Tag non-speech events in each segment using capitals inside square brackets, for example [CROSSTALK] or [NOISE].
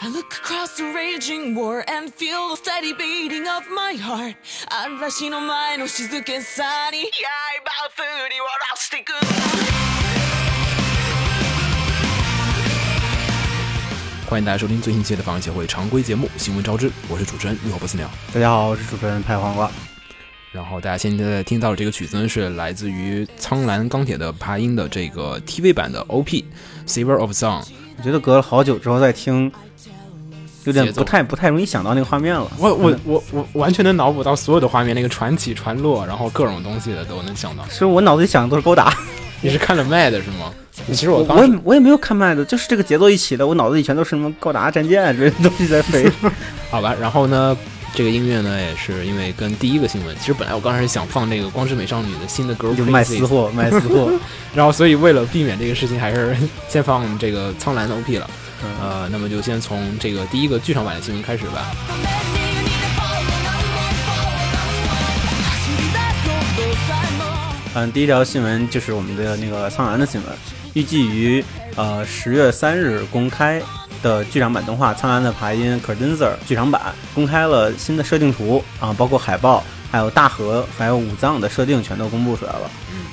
I look across the raging war and feel the steady beating of my heart 嵐の前の静けさに刃を振り下ろしていく欢迎大家收听最新一期的防疫协会常规节目《新闻招知》，我是主持人绿火不死鸟。大家好，我是主持人拍黄瓜。然后大家现在听到的这个曲子呢，是来自于苍蓝钢铁的爬音的这个 TV 版的 OP《Silver of Song》。我觉得隔了好久之后再听，有点节奏不太不太容易想到那个画面了。我我我我完全能脑补到所有的画面，那个传起传落，然后各种东西的都能想到。其实我脑子里想的都是勾打，你是看了麦的是吗？其实我我当我时也我也没有看麦的，就是这个节奏一起的，我脑子里全都是什么高达战舰啊之类的东西 [LAUGHS] 在飞。好吧，然后呢，这个音乐呢也是因为跟第一个新闻，其实本来我刚开始想放这个《光之美少女》的新的 Girl 就卖 Crazy 私货，卖私货。然后所以为了避免这个事情，还是 [LAUGHS] 先放这个苍蓝的 OP 了。嗯呃，那么就先从这个第一个剧场版的新闻开始吧。嗯，第一条新闻就是我们的那个苍兰的新闻，预计于呃十月三日公开的剧场版动画《苍兰的爬音 c r d e n z e r 剧场版公开了新的设定图啊、包括海报，还有大河，还有武藏的设定全都公布出来了。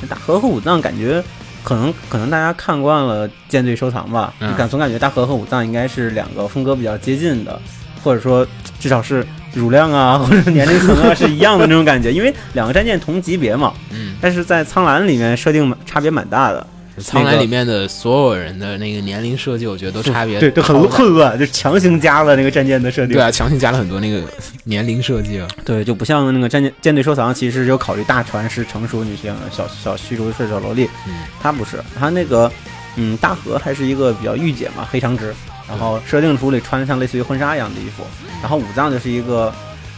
大河和武藏感觉可能可能大家看惯了《舰队收藏》吧，嗯你感总感觉大河和武藏应该是两个风格比较接近的，或者说至少是乳量啊或者年龄层啊是一样的那种感觉，因为两个战舰同级别嘛。嗯，但是在苍兰里面设定差别蛮大的，苍蓝里面的所有人的那个年龄设计，我觉得都差别对，都很混乱，就强行加了那个战舰的设定。对啊，强行加了很多那个年龄设计啊。对，就不像那个战舰舰队收藏，其实有考虑大船是成熟女性，呃小小虚竹是小萝莉，嗯她不是，她那个嗯大河还是一个比较御姐嘛，黑长直，然后设定图里穿得像类似于婚纱一样的衣服，然后武藏就是一个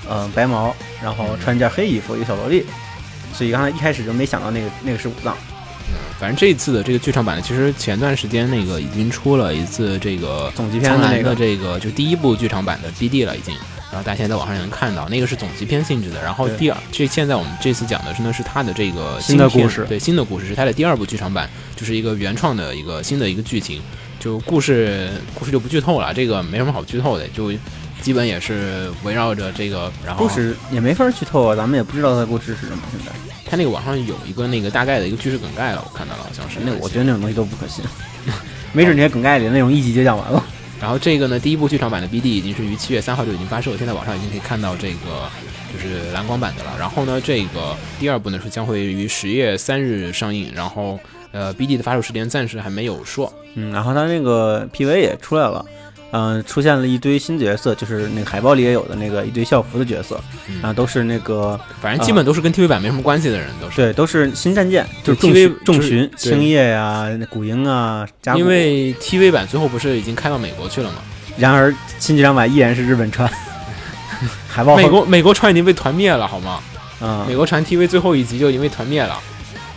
嗯、呃白毛，然后穿件黑衣服，一个小萝莉，所以刚才一开始就没想到那个那个是武藏，反正这一次的这个剧场版，其实前段时间那个已经出了一次这个总集篇苍的蓝那的个，这个就第一部剧场版的 BD 了已经。然后大家现在在网上也能看到，那个是总集篇性质的。然后对第二，这现在我们这次讲的是呢，是它的这个新的片故事对新的故事是它的第二部剧场版，就是一个原创的一个新的一个剧情。就故事故事就不剧透了，这个没什么好剧透的，就基本也是围绕着这个。然后故事也没法去透啊，咱们也不知道它的故事是什么，现在它那个网上有一个那个大概的一个叙事梗概了，我看到了，好像是那我觉得那种东西都不可信， [LAUGHS] 没准这些梗概里的内容一集就讲完了。然后这个呢，第一部剧场版的 BD 已经是于七月三号就已经发售，现在网上已经可以看到这个就是蓝光版的了。然后呢，这个第二部呢是将会于十月三日上映，然后呃 BD 的发售时间暂时还没有说。嗯，然后他那个 PV 也出来了，嗯、出现了一堆新角色，就是那个海报里也有的那个一堆校服的角色，嗯然后都是那个反正基本都是跟 TV 版没什么关系的人，都是。对，都是新战舰，就是是 TV 重就是巡、对青叶呀、古英啊、甲骨。因为 TV 版最后不是已经开到美国去了吗？然而新剧场版依然是日本 [LAUGHS] 船，海报美国美国船已经被团灭了，好吗？啊、美国船 TV 最后一集就已经被团灭了，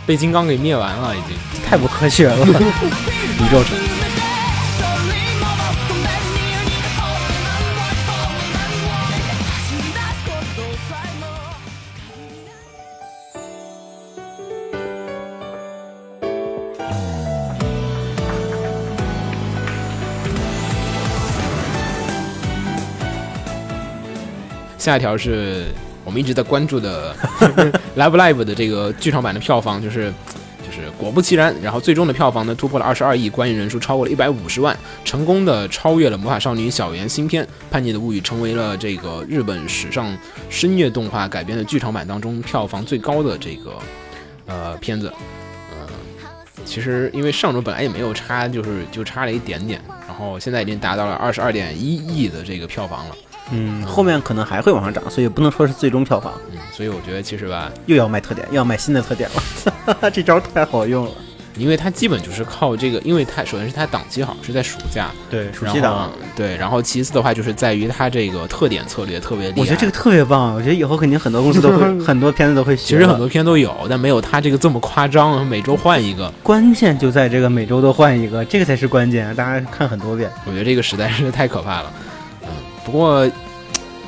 被金刚给灭完了，已经。太不科学了，宇宙城。下一条是我们一直在关注的 [LAUGHS] Live Live 的这个剧场版的票房，就是就是果不其然，然后最终的票房呢突破了二十二亿，观影人数超过了一百五十万，成功的超越了《魔法少女小圆》新片《叛逆的物语》，成为了这个日本史上深夜动画改编的剧场版当中票房最高的这个呃片子。呃其实，因为上周本来也没有差，就是就差了一点点，然后现在已经达到了二十二点一亿的这个票房了， [LAUGHS] 嗯，后面可能还会往上涨，所以不能说是最终票房，嗯，所以我觉得其实吧，又要卖特点，又要卖新的特点了， [LAUGHS] 这招太好用了。因为它基本就是靠这个，因为它首先是它档期好是在暑假，对，暑然期后档，对，然后其次的话就是在于它这个特点策略特别厉害。我觉得这个特别棒，我觉得以后肯定很多公司都会，很多片子都会学。其实很多片都有，但没有它这个这么夸张，每周换一个。关键就在这个每周都换一个，这个才是关键，大家看很多遍。我觉得这个实在是太可怕了。嗯，不过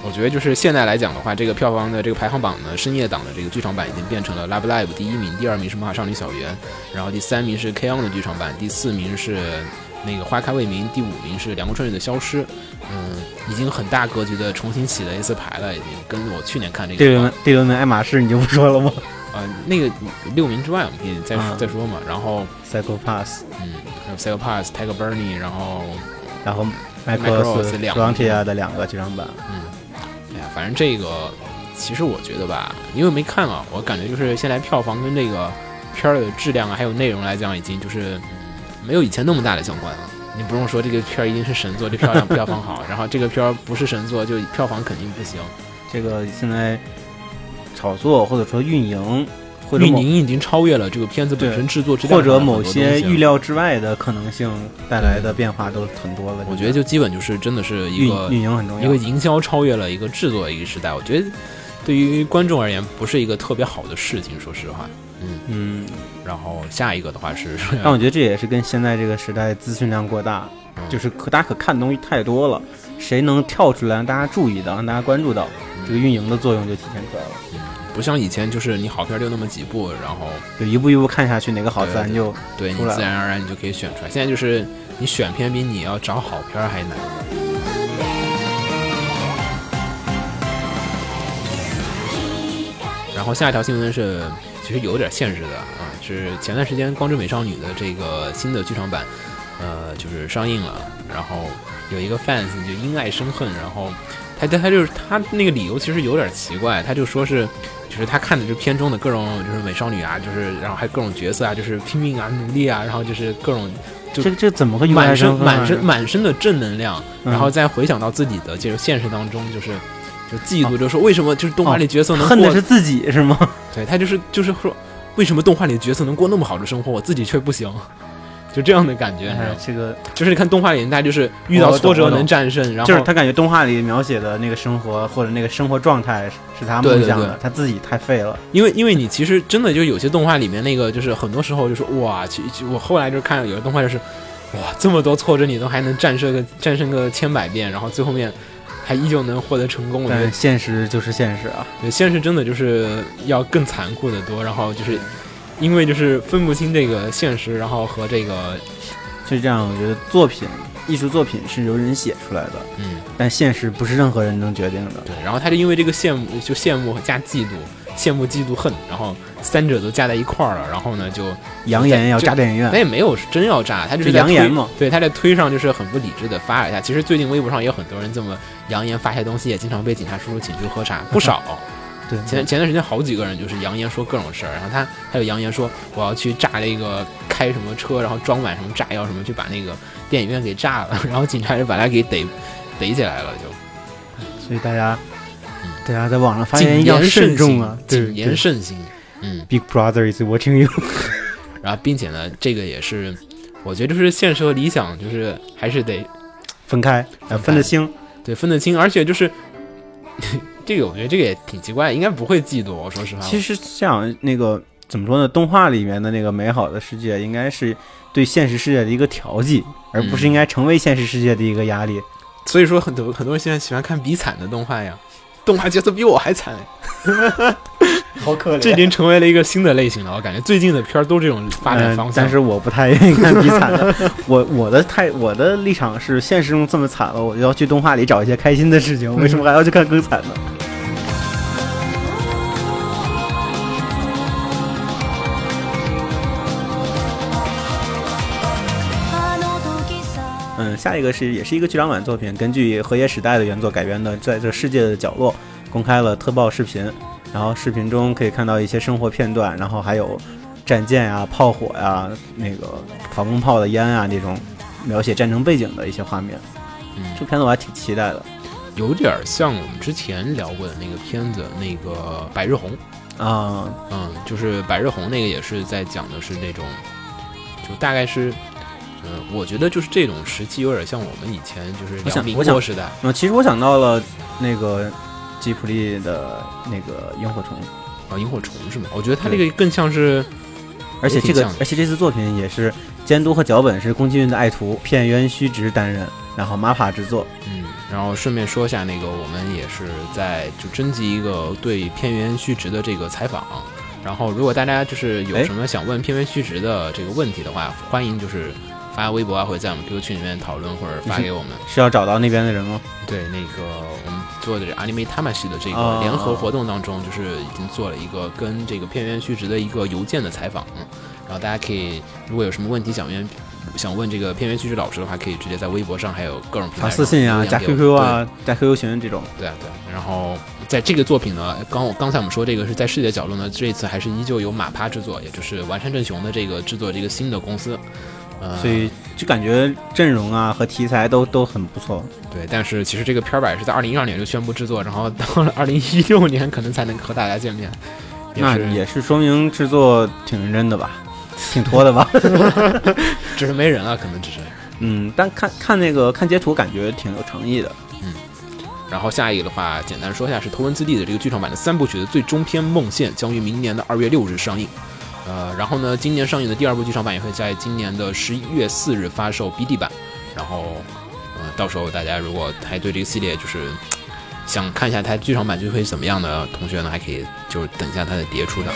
我觉得就是现在来讲的话，这个票房的这个排行榜呢，深夜档的这个剧场版已经变成了《Love Live》第一名，第二名是《魔法少女小圆》，然后第三名是 K On 的剧场版，第四名是。那个《花开未明》，第五名是《凉宫春雨的消失》。嗯，已经很大格局的重新起了一次牌了，已经跟我去年看这个第地六方名，第六名爱马仕你就不说了吗呃那个六名之外，我们可以再说、啊再说嘛。然后？Psycho Pass，嗯，还有 Psycho Pass、Tiger Bernie，然后然后 Macross Macross、两 Frontier 的两个剧场版，哎呀，反正这个其实我觉得吧，因为没看啊，我感觉就是现在票房跟这个片儿的质量啊，还有内容来讲，已经就是嗯没有以前那么大的相关了。你不用说这个片儿一定是神作，这票量票房好， [LAUGHS] 然后这个片儿不是神作，就票房肯定不行。这个现在炒作或者说运营，或者运某营已经超越了这个片子本身制作质量上或的者很多某东西了，啊些预料之外的可能性带来的变化都很多了。我觉得就基本就是真的是一运个运营很重一个要。营销超越了一个制作的一个时代，我觉得对于观众而言不是一个特别好的事情，说实话。嗯，然后下一个的话是，但我觉得这也是跟现在这个时代资讯量过大，嗯就是可大家可看的东西太多了，谁能跳出来让大家注意到，让大家关注到，嗯这个运营的作用就体现出来了。不像以前就是你好片儿就那么几部，然后就一步一步看下去，哪个好对自然就对你出来了自然而然你就可以选出来。现在就是你选片比你要找好片儿还难。然后下一条新闻是，其实有点现实的啊，是前段时间《光之美少女》的这个新的剧场版，呃，就是上映了，然后有一个 fans 就因爱生恨，然后他他他就是他那个理由其实有点奇怪，他就说是。就是他看的这片中的各种就是美少女啊，就是然后还有各种角色啊，就是拼命啊、努力啊，然后就是各种就这这怎么个意外满身生分满啊身满身的正能量，嗯然后再回想到自己的这个现实当中，就是就嫉妒，就说为什么就是动画里角色能恨的过是自己是吗？对他就是就是说，为什么动画里的角色能过那么好的生活，我自己却不行，就这样的感觉。你知道哎吗这个就是你看动画里，大家就是遇到我懂挫折哦我懂能战胜，然后就是他感觉动画里描写的那个生活或者那个生活状态是是他对梦对想对的，他自己太废了。因为因为你其实真的就有些动画里面那个，就是很多时候就说哇，其其我后来就是看有的动画就是哇，这么多挫折你都还能战胜个战胜个千百遍，然后最后面还依旧能获得成功，我觉得但现实就是现实啊，对，现实真的就是要更残酷的多，然后就是因为就是分不清这个现实，然后和这个就这样。我觉得作品，艺术作品是由人写出来的，嗯但现实不是任何人能决定的。对，然后他就因为这个羡慕就羡慕加嫉妒，羡慕嫉妒恨，然后三者都加在一块儿了，然后呢就扬言要炸电影他也院，没有真要炸，他就是就在扬言推嘛，对，他在推上就是很不理智的发了一下。其实最近微博上也有很多人这么扬言发一些东西，也经常被警察叔叔请去喝茶，不 [LAUGHS] 少。对，前前段时间好几个人就是扬言说各种事儿，然后他还有扬言说我要去炸这个开什么车，然后装满什么炸药什么，去把那个电影院给炸了， [LAUGHS] 然后警察就把他给逮逮起来了，就所以大家，大家在网上发嗯谨言一定要言慎慎重行啊，对谨言对慎行，嗯， Big Brother is watching you。 [LAUGHS] 然后并且呢，这个也是我觉得就是现实和理想就是还是得分开，呃分得清。对分得清，而且就是 [LAUGHS] 这个我觉得这个也挺奇怪，应该不会嫉妒我，说实话，其实像那个怎么说呢，动画里面的那个美好的世界，应该是对现实世界的一个调剂，而不是嗯应该成为现实世界的一个压力。所以说很多很多人现在喜欢看比惨的动画呀，动画角色比我还惨。好可这已经成为了一个新的类型了。我感觉最近的片儿都这种发展方向。嗯但是我不太愿意看比惨的。我我的态我的立场是，现实中这么惨了，我就要去动画里找一些开心的事情，为什么还要去看更惨的？嗯，下一个是也是一个剧场版作品，根据河野史代的原作改编的，在这世界的角落公开了特报视频，然后视频中可以看到一些生活片段，然后还有战舰啊、炮火呀、那个防空炮的烟啊那种描写战争背景的一些画面。嗯这片子我还挺期待的有点像我们之前聊过的那个片子，那个《百日红》。啊、嗯，就是《百日红》那个也是在讲的是那种，就大概是，嗯、我觉得就是这种时期有点像我们以前就是我聊想民我想国时代。嗯，其实我想到了那个吉普力的那个萤火虫，啊，萤火虫是吗？我觉得它这个更像是，而且这也挺个像的而且这次作品也是监督和脚本是宫崎骏的爱徒片渊虚直担任，然后 MAPPA 制作。嗯，然后顺便说一下，那个我们也是在就征集一个对片源虚职的这个采访。然后，如果大家就是有哎什么想问片源虚职的这个问题的话，欢迎就是发微博啊，或者在我们 QQ 群里面讨论，或者发给我们。是要找到那边的人哦吗？对，那个我们做的这 Anime Tamashi 的这哦个联合活动当中，就是已经做了一个跟这个片源虚职的一个邮件的采访，嗯，然后大家可以如果有什么问题想问想问这个片源虚职老师的话，可以直接在微博上还有各种平台发上私信啊，留言加给我 QQ 啊，加 QQ 群这种。对啊，对啊。然后在这个作品呢，刚我刚才我们说这个是在视觉角度呢，这一次还是依旧由马趴制作，也就是完善正雄的这个制作这个新的公司。呃，所以就感觉阵容啊和题材都都很不错。对，但是其实这个片儿吧也是在二零一二年就宣布制作，然后到了二零一六年可能才能和大家见面。也那是也是说明制作挺认真的吧，挺拖 [LAUGHS] 的吧。只是没人啊，可能只是。嗯，但看看那个看截图，感觉挺有诚意的。然后下一个的话，简单说一下是《头文字 D》的这个剧场版的三部曲的最终篇《梦线》将于明年的二月六日上映。呃，然后呢，今年上映的第二部剧场版也会在今年的十一月四日发售 BD 版。然后，呃，到时候大家如果还对这个系列就是嘖想看一下它剧场版就会怎么样的同学呢，还可以就是等一下它的碟出的。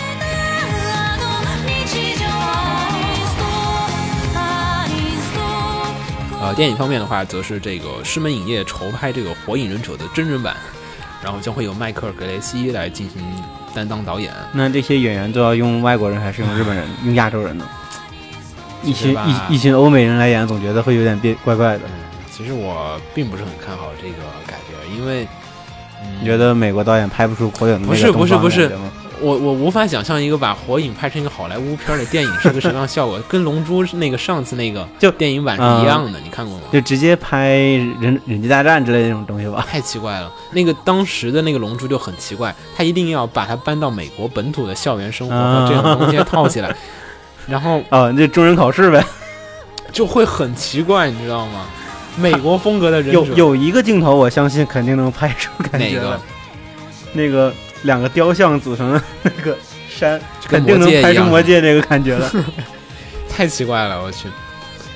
呃，电影方面的话，则是这个狮门影业筹拍这个《火影忍者》的真人版，然后将会由迈克尔·格雷西来进行担当导演。那这些演员都要用外国人还是用日本人、用亚洲人呢？一群是吧一一群欧美人来演，总觉得会有点别怪怪的。其实我并不是很看好这个改编，因为、嗯、你觉得美国导演拍不出火影的那不个是不是东方不是感觉吗我我无法想象一个把《火影》拍成一个好莱坞片儿的电影是个什么样的效果，跟《龙珠》那个上次那个就电影版是一样的，你看过吗？就直接拍忍忍界大战之类的那种东西吧。太奇怪了，那个当时的那个《龙珠》就很奇怪，他一定要把它搬到美国本土的校园生活和这种东西套起来，然后哦，这中忍考试呗。就会很奇怪，你知道吗？美国风格的忍有者有一个镜头，我相信肯定能拍出感哪觉个来。那个两个雕像组成的那个山，就跟肯定魔戒能一拍出样魔戒那个感觉了。太奇怪了，我去，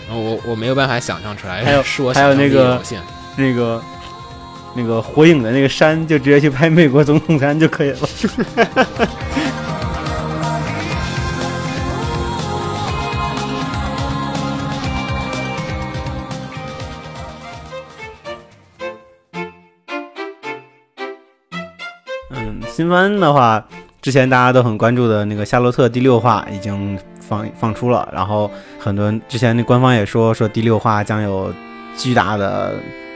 然后我我没有办法想象出来，还有是我还有想象那力个有限。那个那个火影的那个山，就直接去拍美国总统山就可以了。 [LAUGHS] 嗯，新番的话，之前大家都很关注的那个《夏洛特》第六话已经放放出了，然后很多人之前那官方也说说第六话将有巨大的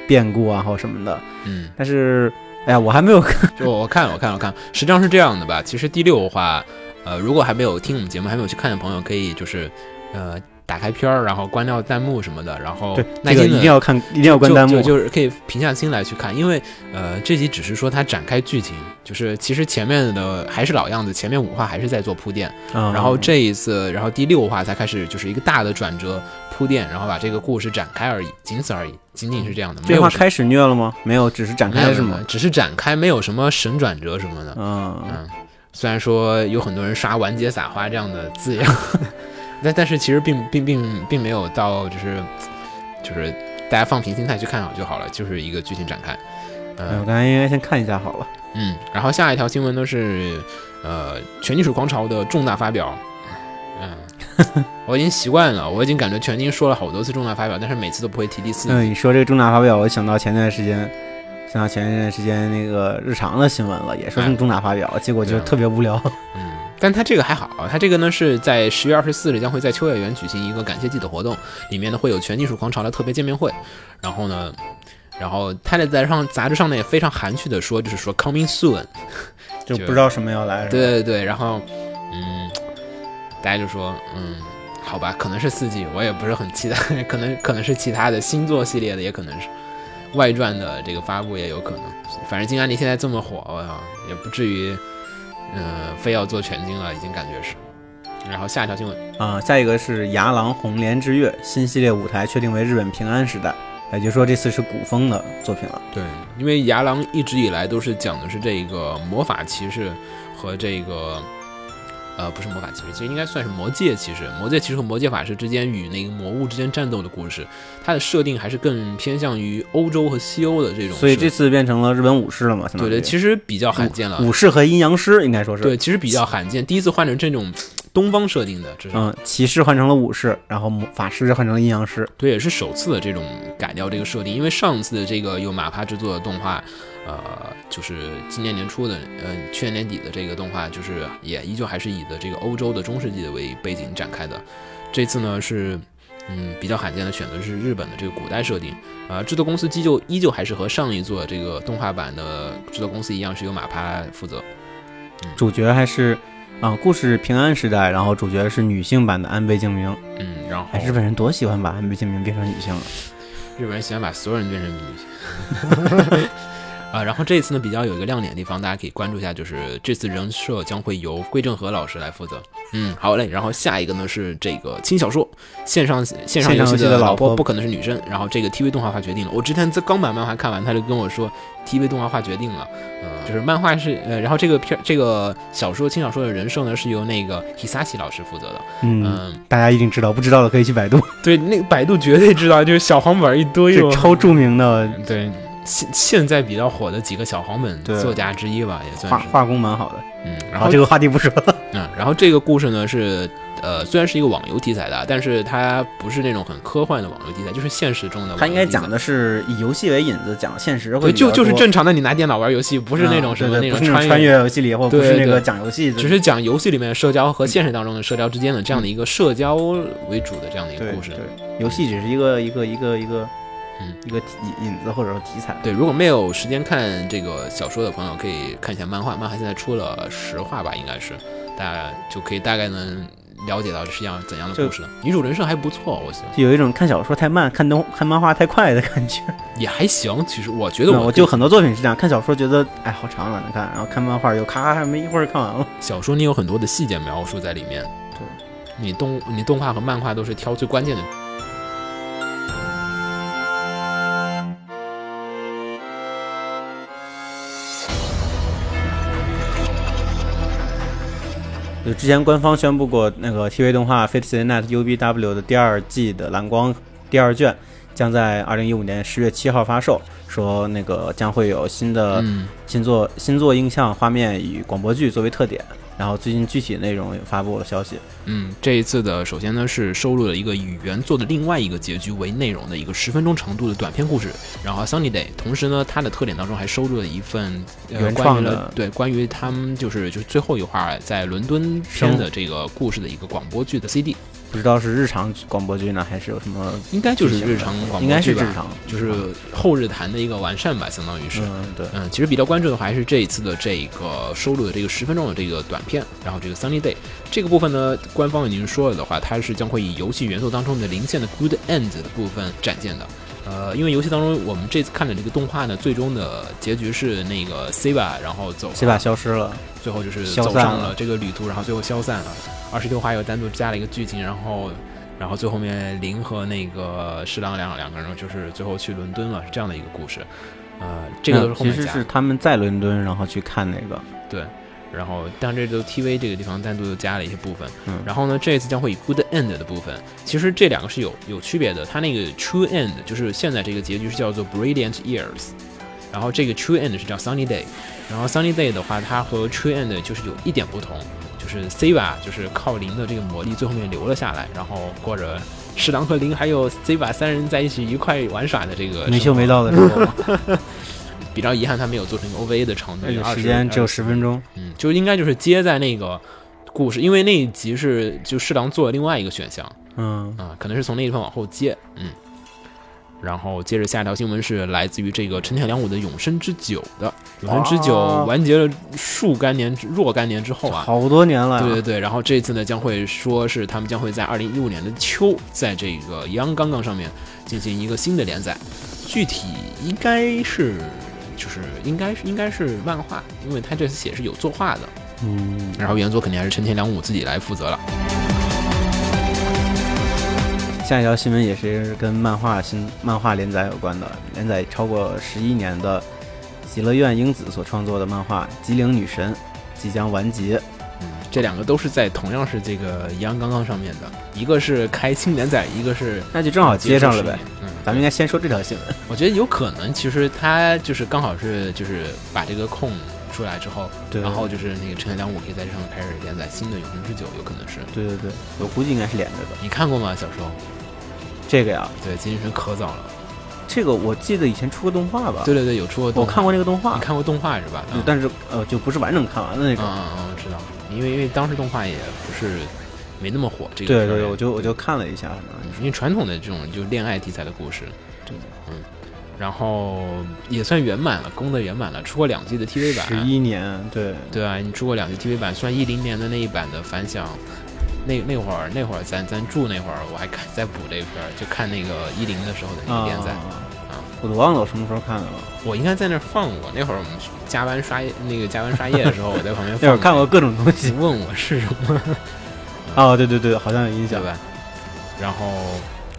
变故啊或什么的，嗯，但是哎呀，我还没有 [LAUGHS] 看，就我看了我看了我看了，实际上是这样的吧。其实第六话，呃，如果还没有听我们节目还没有去看的朋友，可以就是呃打开片儿，然后关掉弹幕什么的，然后对耐这个心一定的。要看，一定要关就弹就幕。就是可以平下心来去看，因为呃，这集只是说它展开剧情，就是其实前面的还是老样子，前面五话还是在做铺垫，嗯然后这一次，然后第六话才开始就是一个大的转折铺垫，然后把这个故事展开而已，仅此而已，仅仅是这样的，没这有话什开始虐了吗？没有，只是展没有开什是么吗，？只是展开，没有什么神转折什么的。嗯，嗯，虽然说有很多人刷“完结撒花”这样的字样， [LAUGHS] 但但是其实并并并并没有到就是就是大家放平心态去看好就好了，就是一个剧情展开。哎我嗯刚才应该先看一下好了。嗯，然后下一条新闻呢是呃《全金属狂潮》的重大发表。嗯， [LAUGHS] 我已经习惯了，我已经感觉全金说了好多次重大发表，但是每次都不会提第四。嗯，你说这个重大发表，我想到前段时间，想到前段时间那个日常的新闻了，也说哎重大发表，结果就对啊特别无 [LAUGHS] 聊。嗯，但它这个还好，啊它这个呢是在十月二十四日将会在秋叶原举行一个感谢季的活动，里面呢会有《全金属狂潮》的特别见面会，然后呢，然后他在杂志上杂志上呢也非常含蓄的说，就是说 coming soon，就就不知道什么要来。是吧对，对对，然后嗯，大家就说嗯，好吧，可能是四季，我也不是很期待， [LAUGHS] 可能可能是其他的星座系列的，也可能是外传的这个发布也有可能，反正金安妮现在这么火，我操，也不至于嗯、呃非要做全金了，已经感觉是。然后下一条新闻，啊、下一个是《牙狼红莲之月》新系列舞台确定为日本平安时代，也就是说这次是古风的作品了。对，因为牙狼一直以来都是讲的是这个魔法骑士和这个，呃，不是魔法骑士，其实应该算是魔界骑士。魔界骑士和魔界法师之间与那个魔物之间战斗的故事，它的设定还是更偏向于欧洲和西欧的这种设定。所以这次变成了日本武士了嘛？相当对对，于其实比较罕见了。武士和阴阳师应该说是对，其实比较罕见。第一次换成这种东方设定的，这是、嗯，骑士换成了武士，然后法师换成了阴阳师。对，也是首次的这种改掉这个设定，因为上次的这个由马趴制作的动画，呃，就是今年年初的，呃，去年年底的这个动画，就是也依旧还是以的这个欧洲的中世纪的为背景展开的。这次呢是，嗯，比较罕见的选择是日本的这个古代设定，呃，制作公司依旧依旧还是和上一座这个动画版的制作公司一样，是由马趴负责。主角还是啊、故事平安时代，然后主角是女性版的安倍晋明。嗯，然后哎，日本人多喜欢把安倍晋明变成女性了。日本人喜欢把所有人变成女性。 [LAUGHS] 啊，然后这一次呢，比较有一个亮点的地方，大家可以关注一下，就是这次人设将会由桂正和老师来负责。嗯，好嘞。然后下一个呢是这个轻小说，线上线上线上游戏游戏的老老婆不可能是女生。然后这个 TV 动画化决定了，我之前在刚把漫画看完，他就跟我说 TV 动画化决定了。嗯，就是漫画是呃，然后这个片儿这个小说轻小说的人设呢是由那个 Hisashi 老师负责的。嗯，嗯，大家一定知道，不知道的可以去百度，对，那个百度绝对知道，就是小黄本儿一堆这哟。超著名的对，现现在比较火的几个小黄本对作家之一吧，也算画是。画工蛮好的。嗯，然然后后这个话题不说了。嗯，然后这个故事呢是，呃，虽然是一个网游题材的啊，但是它不是那种很科幻的网游题材，就是现实中的网游题材。他应该讲的是以游戏为引子，讲现实会嗯对，比较就多就是正常的，你拿电脑玩游戏，不是那种嗯什么对对不种是那穿种越穿越游戏里，或者不对是那对个讲游戏的，只是讲游戏里面的社交和现实当中的社交之间的这样的一个社交为主的这样的一个对故事。对，游戏只是一个一个一个一个嗯一个题引子或者说题材。对，如果没有时间看这个小说的朋友，可以看一下漫画。漫画现在出了十话吧，应该是，大家就可以大概能了解到这是样怎样的就故事了。女主人设还不错，我觉得就有一种看小说太慢、看动看漫画太快的感觉。也还行。其实我觉得那我我就很多作品是这样，看小说觉得哎好长懒得看，然后看漫画又咔还没一会儿看完了。小说你有很多的细节描述在里面，对，你动你动画和漫画都是挑最关键的。就之前官方宣布过那个 TV 动画《Fate Stay Night UBW》的第二季的蓝光第二卷。将在二零一五年十月七号发售，说那个将会有新的嗯，新作新作映像画面与广播剧作为特点，然后最近具体内容也发布了消息。嗯，这一次的首先呢是收录了一个以原作的另外一个结局为内容的一个十分钟长度的短篇故事，然后《Sunny Day》，同时呢它的特点当中还收录了一份、呃、原创关于的了对关于他们就是就是最后一话在伦敦生篇的这个故事的一个广播剧的 CD，不知道是日常广播剧呢，还是有什么？应该就是日常广播剧吧，应该是日常，就是后日谈的一个完善吧，相当于是。嗯，对，嗯，其实比较关注的话还是这一次的这个收录的这个十分钟的这个短片，然后这个 Sunny Day 这个部分呢，官方已经说了的话，它是将会以游戏元素当中的零线的 Good End 的部分展现的。呃，因为游戏当中我们这次看的这个动画呢，最终的结局是那个 Siva，然后走谁把消失了？最后就是消走散上了了这个旅途，然后最后消散了。二十六话又单独加了一个剧情，然后，然后最后面林和那个侍郎两两个人就是最后去伦敦了，是这样的一个故事。呃，这个都是嗯后其面实加是他们在伦敦，然后去看那个，对。然后，但这都 TV 这个地方单独又加了一些部分。嗯然后呢，这一次将会以 Good End 的部分，其实这两个是有有区别的。它那个 True End 就是现在这个结局是叫做 Brilliant Years，然后这个 True End 是叫 Sunny Day。然后 Sunny Day 的话，它和 True End 就是有一点不同，就是 Siva 就是靠林的这个魔力最后面留了下来，然后过着侍郎和林还有 Siva 三人在一起愉快玩耍的这个生没羞活没。臊的时 [LAUGHS] 候，比较遗憾，它没有做成一个 OVA 的长度，而且20哎时间只有十分钟。嗯，就应该就是接在那个故事，因为那一集是就侍郎做了另外一个选项嗯，啊，可能是从那一份往后接，嗯。然后接着下一条新闻是来自于这个陈田良武的《永生之酒》的，《永生之酒》啊完结了数干年之若干年之后啊，好多年了呀。对对对，然后这次呢将会说是他们将会在二零一五年的秋，在这个央刚刚上面进行一个新的连载，具体应该是就是应该是应该是漫画，因为他这次写是有作画的，嗯，然后原作肯定还是陈田良武自己来负责了。下一条新闻也是跟漫画新漫画连载有关的，连载超过十一年的极乐院英子所创作的漫画《吉灵女神》即将完结。嗯，这两个都是在同样是这个阳刚刚上面的，一个是开青连载，一个是那就正好啊接上了结束。十呗年。嗯，咱们应该先说这条新闻。我觉得有可能，其实他就是刚好是就是把这个空出来之后，对然后就是那个陈良武可以在这上面开始连载新的《永恒之酒》，有可能是对对对，我估计应该是连着的。你看过吗？小时候这个呀，对《金神》可早了，这个我记得以前出过动画吧？对，对对，有出过动啊我画，看过那个动画你，看过动画是吧？对嗯但是呃就不是完整看完的那嗯种。嗯嗯，知道，因为因为当时动画也不是没那么火，这个对片对儿对，也我就我就看了一下，可能因为传统的这种就恋爱题材的故事，对嗯，然后也算圆满了，功德圆满了，出过两季的 TV 版，十一年，对对啊，你出过两季 TV 版，虽然一零年的那一版的反响，那那会儿那会儿咱咱住那会儿，我还看在补这片儿，就看那个一零的时候的那个啊连载，，我都忘了我什么时候看的了。我应该在那儿放过。那会儿我们加班刷夜那个加班刷夜的时候，我在旁边 [LAUGHS] 那会儿放看过各种东西你问我是什么，啊，对对对，好像有印对象。吧？然后，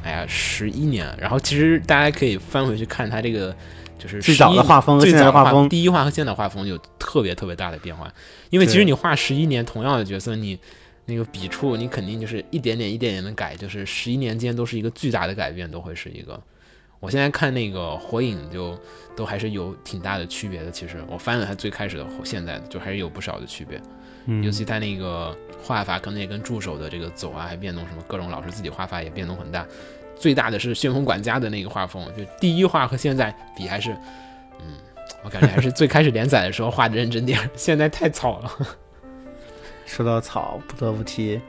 哎呀，十一年，然后其实大家可以翻回去看它这个。就是最早11的画风和最现早在的的画风第一画和现在的画风有特别特别大的变化。因为其实对你画十一年同样的角色，你那个笔触，你肯定就是一点点一点点的改，就是十一年间都是一个巨大的改变，都会是一个。我现在看那个火影就都还是有挺大的区别的。其实我翻了它最开始的和现在的，就还是有不少的区别。嗯尤其他那个画法，可能也跟助手的这个走啊，还变动什么各种老师自己画法也变动很大。最大的是旋风管家的那个画风，就第一画和现在比还是，嗯，我感觉还是最开始连载的时候画的认真点儿，现在太草了。说到草，不得不提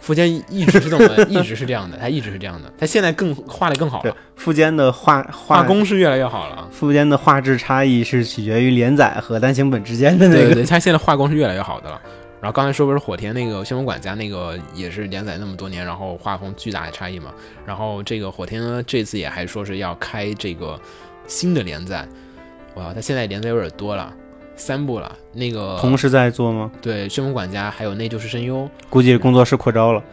福建一直是这么，一直是这样的，他一直是这样的，他现在更画的更好对了，富坚的画画啊画工是越来越好了。富坚的画质差异是取决于连载和单行本之间的对那对个。对，他现在画工是越来越好的了。然后刚才说不是火田那个《旋风管家》那个也是连载那么多年，然后画风巨大的差异嘛。然后这个火田呢，这次也还说是要开这个新的连载。哇，他现在连载有点多了，三部了。那个同时在做吗？对《旋风管家》还有《内疚是声优》，《估计工作室扩招了。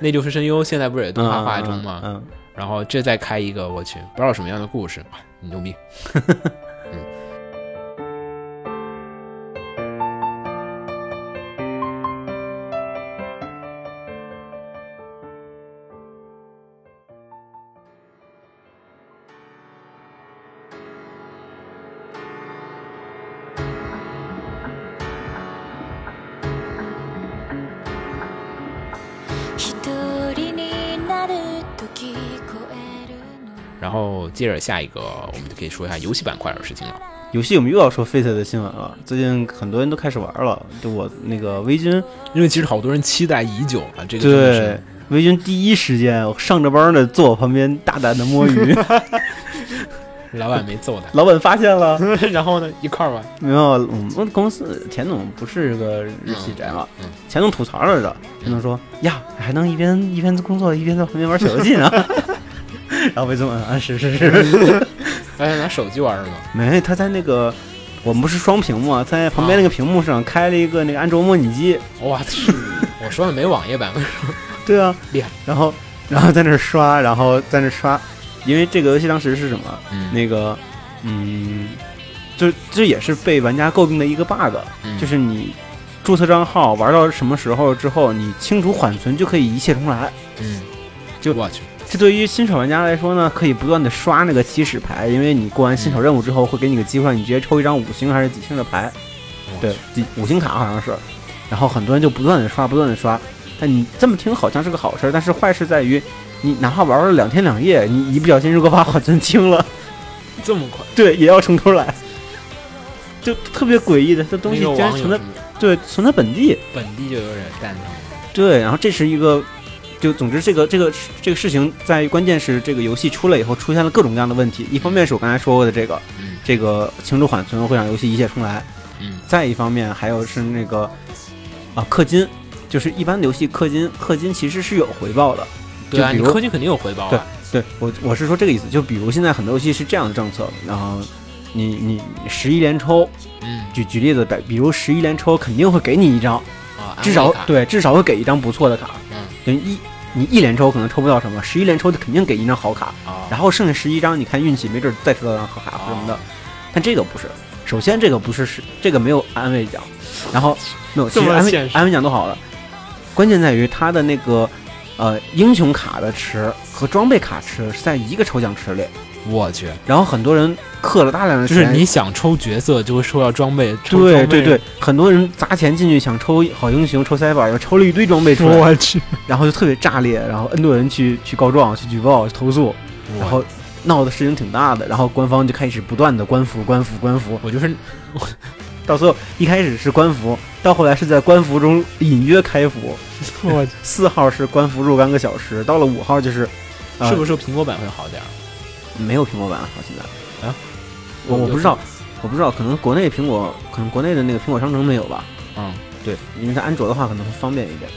内疚是声优》现在不是也动画化中吗？嗯，嗯然后这再开一个，我去，不知道什么样的故事，哇牛逼！一人になると聞こえる然后接着下一个，我们就可以说一下游戏板块的事情了。游戏我们又要说 Fate 的新闻了。最近很多人都开始玩了，就我那个微君，因为其实好多人期待已久啊，这个真的对是，微君第一时间我上着班呢，坐我旁边大胆的摸 [LAUGHS] 鱼，老板没揍 [LAUGHS] 他。老板发现 [LAUGHS] 了，然后呢，一块儿吧。没有，我们公司钱总不是个日系宅嘛，嗯嗯钱总吐槽来着，钱总说呀，还能一边一边工作一边在旁边玩小游戏呢。 [LAUGHS] 然后魏总嗯啊，是 [LAUGHS] 是是，大家哎拿手机玩是吗？没他在那个我们不是双屏嘛，在旁边那个屏幕上开了一个那个安卓模拟机，哇，去！我说的没网页版，对啊，厉害。然后然后在那儿刷，然后在那儿刷，因为这个游戏当时是什么？嗯那个，嗯，就这也是被玩家诟病的一个 bug，、嗯就是你注册账号玩到什么时候之后，你清除缓存就可以一切重来。嗯，就我去，这对于新手玩家来说呢，可以不断的刷那个起始牌，因为你过完新手任务之后，会给你个机会，你直接抽一张五星还是几星的牌，我对去，几五星卡好像是。然后很多人就不断的刷，不断的刷。但你这么听好像是个好事儿，但是坏事在于，你哪怕玩了两天两夜，你一不小心如果把缓存清了，这么快， [LAUGHS] 对，也要从头来，就特别诡异的，这东西那个居然网友存在什么对存在本地，本地就有点蛋疼。对，然后这是一个，就总之这个这个这个事情在于关键是这个游戏出来以后出现了各种各样的问题，一方面是我刚才说过的这个嗯这个轻度缓存会让游戏一切重来，嗯再一方面还有是那个啊氪金。就是一般的游戏氪金，氪金其实是有回报的。对啊，就比你如氪金肯定有回报啊。对我我是说这个意思，就比如现在很多游戏是这样的政策，然后你你十一连抽，嗯举举例子，比比如十一连抽肯定会给你一张，啊，安至慰少卡，对，至少会给一张不错的卡。嗯，等于一你一连抽可能抽不到什么，十一连抽的肯定给一张好卡，啊，然后剩下十一张你看运气，没准再抽到张好卡或什么的。哦但这个不是，首先这个不是是这个没有安慰奖，然后没有其这实么安慰现实安慰奖都好了，关键在于它的那个呃英雄卡的池和装备卡池是在一个抽奖池里。我去，然后很多人氪了大量的就钱，是你想抽角色就会抽到装备，抽对装对备对，，很多人砸钱进去想抽好英雄、抽塞宝，又抽了一堆装备出来，我去，然后就特别炸裂，然后 N 多人去去告状、去举报、去投诉，然后闹的事情挺大的，然后官方就开始不断的官服、官服、官服，我就是到最后一开始是官服，到后来是在官服中隐约开服， [LAUGHS] 我去，四号是官服若干个小时，到了五号就是，呃、是不是苹果版会好点儿？没有苹果版好现在啊？我有我不知道，我不知道，可能国内苹果，可能国内的那个苹果商城没有吧？嗯，对，因为它安卓的话可能会方便一点。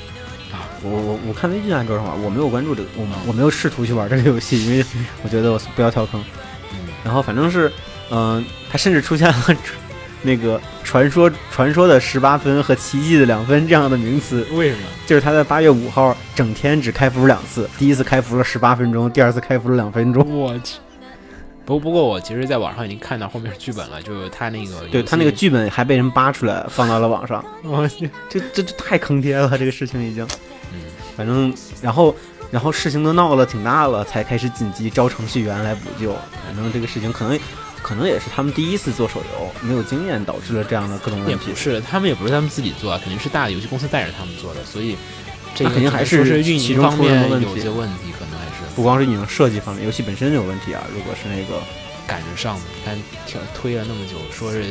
啊，我我我看微信安卓的话，我没有关注这个，我嗯我没有试图去玩这个游戏， [LAUGHS] 因为我觉得我不要跳坑。然后反正是，嗯、它甚至出现了那个传说传说的十八分和奇迹的两分这样的名词，为什么？就是他在八月五号整天只开服两次，第一次开服了十八分钟，第二次开服了两分钟。我去，不不过我其实在网上已经看到后面剧本了，就是他那个对游戏他那个剧本还被人扒出来放到了 [LAUGHS] 网上，我去， [LAUGHS] 这这这太坑爹了，这个事情已经，嗯，反正然后然后事情都闹了挺大了，才开始紧急招程序员来补救。反正这个事情可能可能也是他们第一次做手游，没有经验导致了这样的各种也问题不。是，他们也不是他们自己做啊，肯定是大的游戏公司带着他们做的，所以这那个肯定还只能说是是运其营中方出了什么面问有题些问题，可能还是不光是运营设计方面，游戏本身有问题啊。如果是那个，赶着上。你看挑推了那么久，说是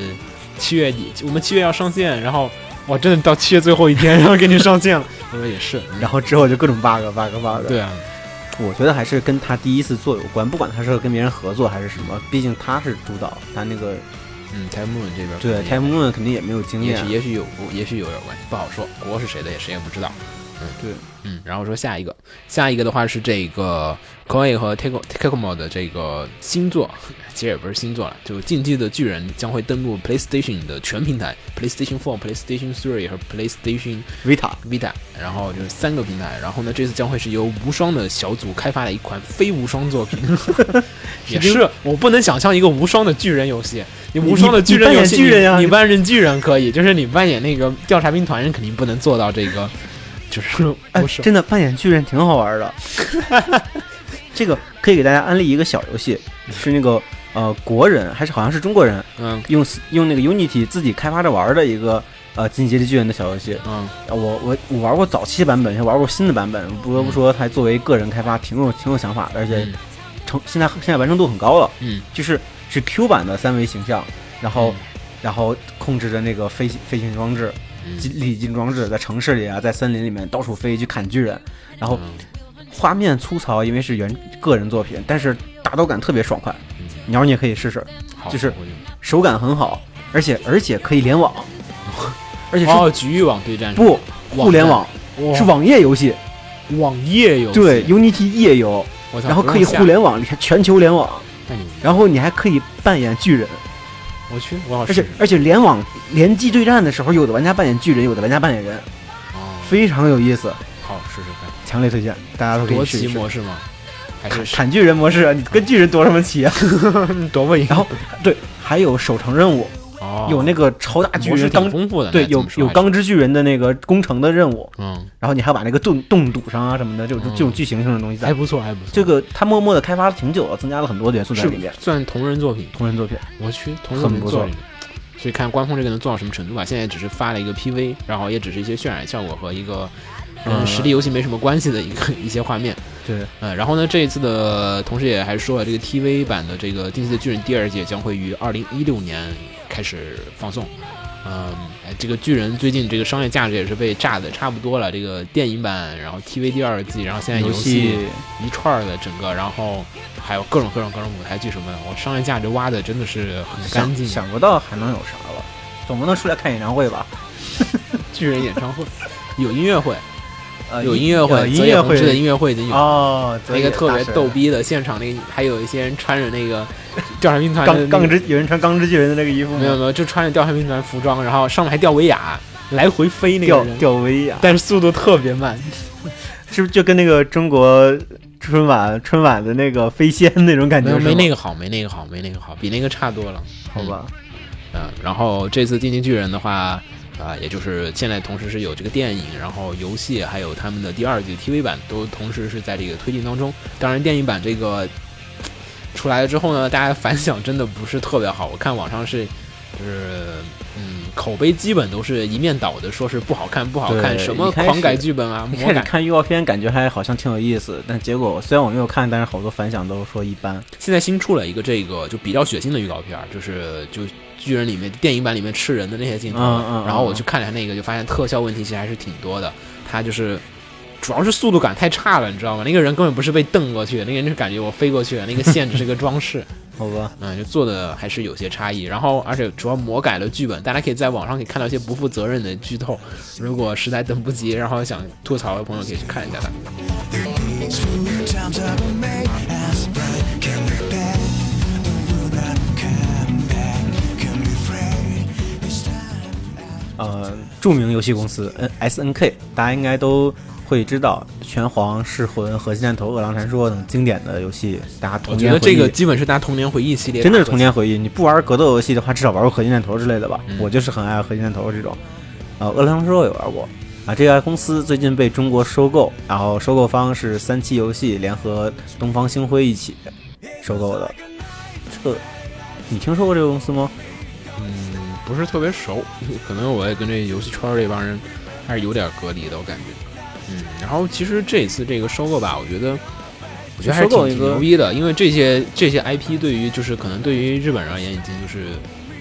七月底，我们七月要上线，然后我真的到七月最后一天，然后给你上 [LAUGHS] 线了，我说也是，然后之后就各种 bug bug bug。对啊，我觉得还是跟他第一次做有关，不管他是跟别人合作还是什么，毕竟他是主导，他那个嗯，台木这边对 Time Moon 肯定也没有经也验啊许。也许有也许有点关系，不好说，国是谁的也谁也不知道。嗯，对，嗯，然后说下一个，下一个的话是这个 k o i 和 Take Takeomo 的这个新作，其实也不是新作了，就《进击的巨人》将会登陆 PlayStation 的全平台，PlayStation 4、PlayStation 3和 PlayStation Vita Vita，然后就是三个平台，然后呢，这次将会是由无双的小组开发的一款非无双 [LAUGHS] 作品，也是我不能想象一个无双的巨人游戏，你无双的巨人游戏，你你扮演巨人呀你你扮演巨人可以，就是你扮演那个调查兵团人肯定不能做到这 [LAUGHS] 个，就是哎不，是、真的扮演巨人挺好 [LAUGHS] 玩的。这个可以给大家安利一个小游戏，是那个呃国人还是好像是中国人嗯用用那个 Unity 自己开发着玩的一个呃《进击的巨人》的小游戏。啊嗯，我我我玩过早期版本，也玩过新的版本，不得不说，它作为个人开发挺有挺有想法的，而且嗯成现在现在完成度很高了。嗯，就是是 Q 版的三维形象，然后、然后控制着那个飞行飞行装置，嗯机立体装置在城市里啊，在森林里面到处飞去砍巨人，然后嗯画面粗糙，因为是原个人作品，但是打斗感特别爽快。鸟你也可以试试，嗯好就是我手感很好，而且而且可以联网， [LAUGHS] 而且是、哦，局域网对哦战是吧不互联网哇是网页游戏，网页游戏，对，Unity 页游，我操，然后可以啊不用下互，联网，全球联网，那你然后你还可以扮演巨人。我去，我要而试且试，而且联网联机对战的时候，有的玩家扮演巨人，有的玩家扮演人，哦，非常有意思，好试试看，强烈推荐，大家都可夺以试旗一试。模式吗？还砍是砍巨人模式啊，你跟巨人夺什么旗啊？ [LAUGHS] [LAUGHS] 多么一然后对，还有守城任务，哦有那个超大巨模式人挺钢，丰富的，对，那这有么说有还是，钢之巨人的那个攻城的任务，嗯，然后你还把那个洞洞堵上啊什么的，这种嗯这种剧情性的东西还在。不错，还不错，这个他默默的开发了挺久了，增加了很多元素在是里面。算同人作品，同人作品，我去，同人作很品不做错里面，所以看官方这个能做到什么程度吧。现在只是发了一个 PV，然后也只是一些渲染效果和一个跟嗯实力游戏没什么关系的一个 [LAUGHS] 一些画面。对，呃，然后呢，这一次的同时也还说了，这个 TV 版的这个《进击的巨人》第二届将会于二零一六年开始放送。嗯，哎这个巨人最近这个商业价值也是被炸的差不多了。这个电影版，然后 TV 第二季，然后现在游戏一串儿的整个，然后还有各种各种各种舞台剧什么的，我商业价值挖的真的是很干想净。想不到还能有啥了，总不能出来看演唱会吧？巨人演唱会，有音乐会，呃，有音乐呃会，音泽乐野弘会之的音乐会已经有了。哦，泽那个野特大别神逗逼的，现场那个还有一些人穿着那个调查兵团的钢那个钢之有人穿钢之巨人的那个衣服吗？没有没有，就穿着调查兵团服装，然后上面还吊威亚，来回飞那个吊人，吊威亚，但是速度特别慢。是不是就跟那个中国春晚春晚的那个飞仙那种感没觉有是吗？没那个好，没那个好，没那个好，比那个差多了。好吧？嗯，然后这次《进击巨人》的话，啊、也就是现在同时是有这个电影，然后游戏，还有他们的第二季 TV 版都同时是在这个推进当中。当然，电影版这个。出来了之后呢，大家反响真的不是特别好。我看网上是，就是嗯，口碑基本都是一面倒的，说是不好看，不好看，对什么一开始狂改剧本啊，一魔开始改。看预告片，感觉还好像挺有意思，但结果虽然我没有看，但是好多反响都说一般。现在新出了一个这个就比较血腥的预告片儿，就是就巨人里面电影版里面吃人的那些镜头，嗯嗯嗯然后我去看了一下那个，就发现特效问题其实还是挺多的。它就是主要是速度感太差了，你知道吗？那个人根本不是被蹬过去的，那个人就感觉我飞过去了，那个线只是个装 [LAUGHS] 饰。好吧，嗯，就做的还是有些差异。然后，而且主要魔改了剧本，大家可以在网上可以看到一些不负责任的剧透。如果实在等不及，然后想吐槽的朋友可以去看一下它。 Smooth times I've made as bright can be back. The will not come back. Can be free. This time I 呃，著名游戏公司 N S N K，大家应该都会知道《拳皇》《噬魂》《核心战头》《饿狼传说》等经典的游戏，大家我童觉年得回忆这个基本是大家童年回忆系列，真的是童。年回忆。你不玩格斗游戏的话，至少玩过《核心战头》之类的吧？嗯我就是很爱《核心战头》这种。呃，《饿狼传说》也玩过啊。这家公司最近被中国收购，然后收购方是三七游戏联合东方星辉一起收购的。这个你听说过这个公司吗？嗯，不是特别熟， [LAUGHS] 可能我也跟这游戏圈儿这帮人还是有点隔离的，我感觉。嗯，然后其实这次这个收购吧，我觉得。我觉得还是收购挺一挺个牛逼的，因为这些这些 IP 对于就是可能对于日本人而言已经就是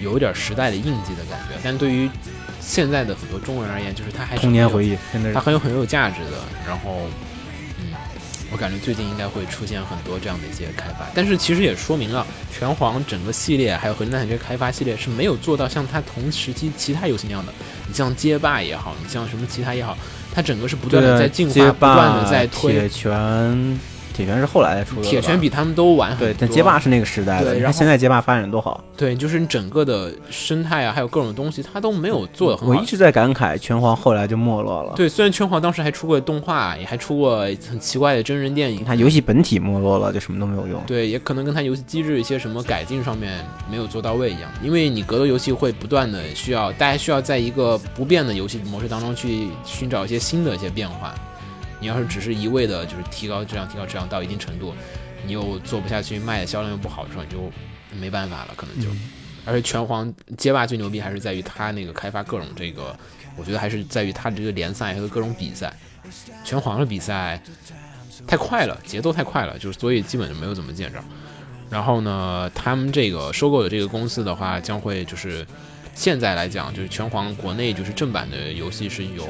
有一点时代的印记的感觉，但对于现在的很多中国人而言，就是他还是童年哎很有回忆真的是它很有很有价值的。然后，嗯，我感觉最近应该会出现很多这样的一些开发，但是其实也说明了拳皇整个系列还有核心探险开发系列是没有做到像它同时期其他游戏那样的。你像街霸也好，你像什么其他也好，它整个是不断的在进街化，不霸断的在推铁。拳，铁拳是后来出的吧。铁拳比他们都晚很多。对，但街霸是那个时代的。对你然看后现在街霸发展多好。对，就是你整个的生态啊，还有各种东西，它都没有做的很好。我一直在感慨拳皇后来就没落了。对，虽然拳皇当时还出过动画，也还出过很奇怪的真人电影，它游戏本体没落了，就什么都没有用。对，也可能跟它游戏机制一些什么改进上面没有做到位一样，因为你格斗游戏会不断的需要，大家需要在一个不变的游戏模式当中去寻找一些新的一些变化。你要是只是一味的就是提高质量、提高质量到一定程度，你又做不下去，卖的销量又不好的时候，你就没办法了，可能就。而且拳皇街霸最牛逼还是在于它那个开发各种这个，我觉得还是在于它这个联赛和各种比赛。拳皇的比赛太快了，节奏太快了，就是所以基本就没有怎么见着。然后呢，他们这个收购的这个公司的话，将会就是现在来讲，就是拳皇国内就是正版的游戏是有，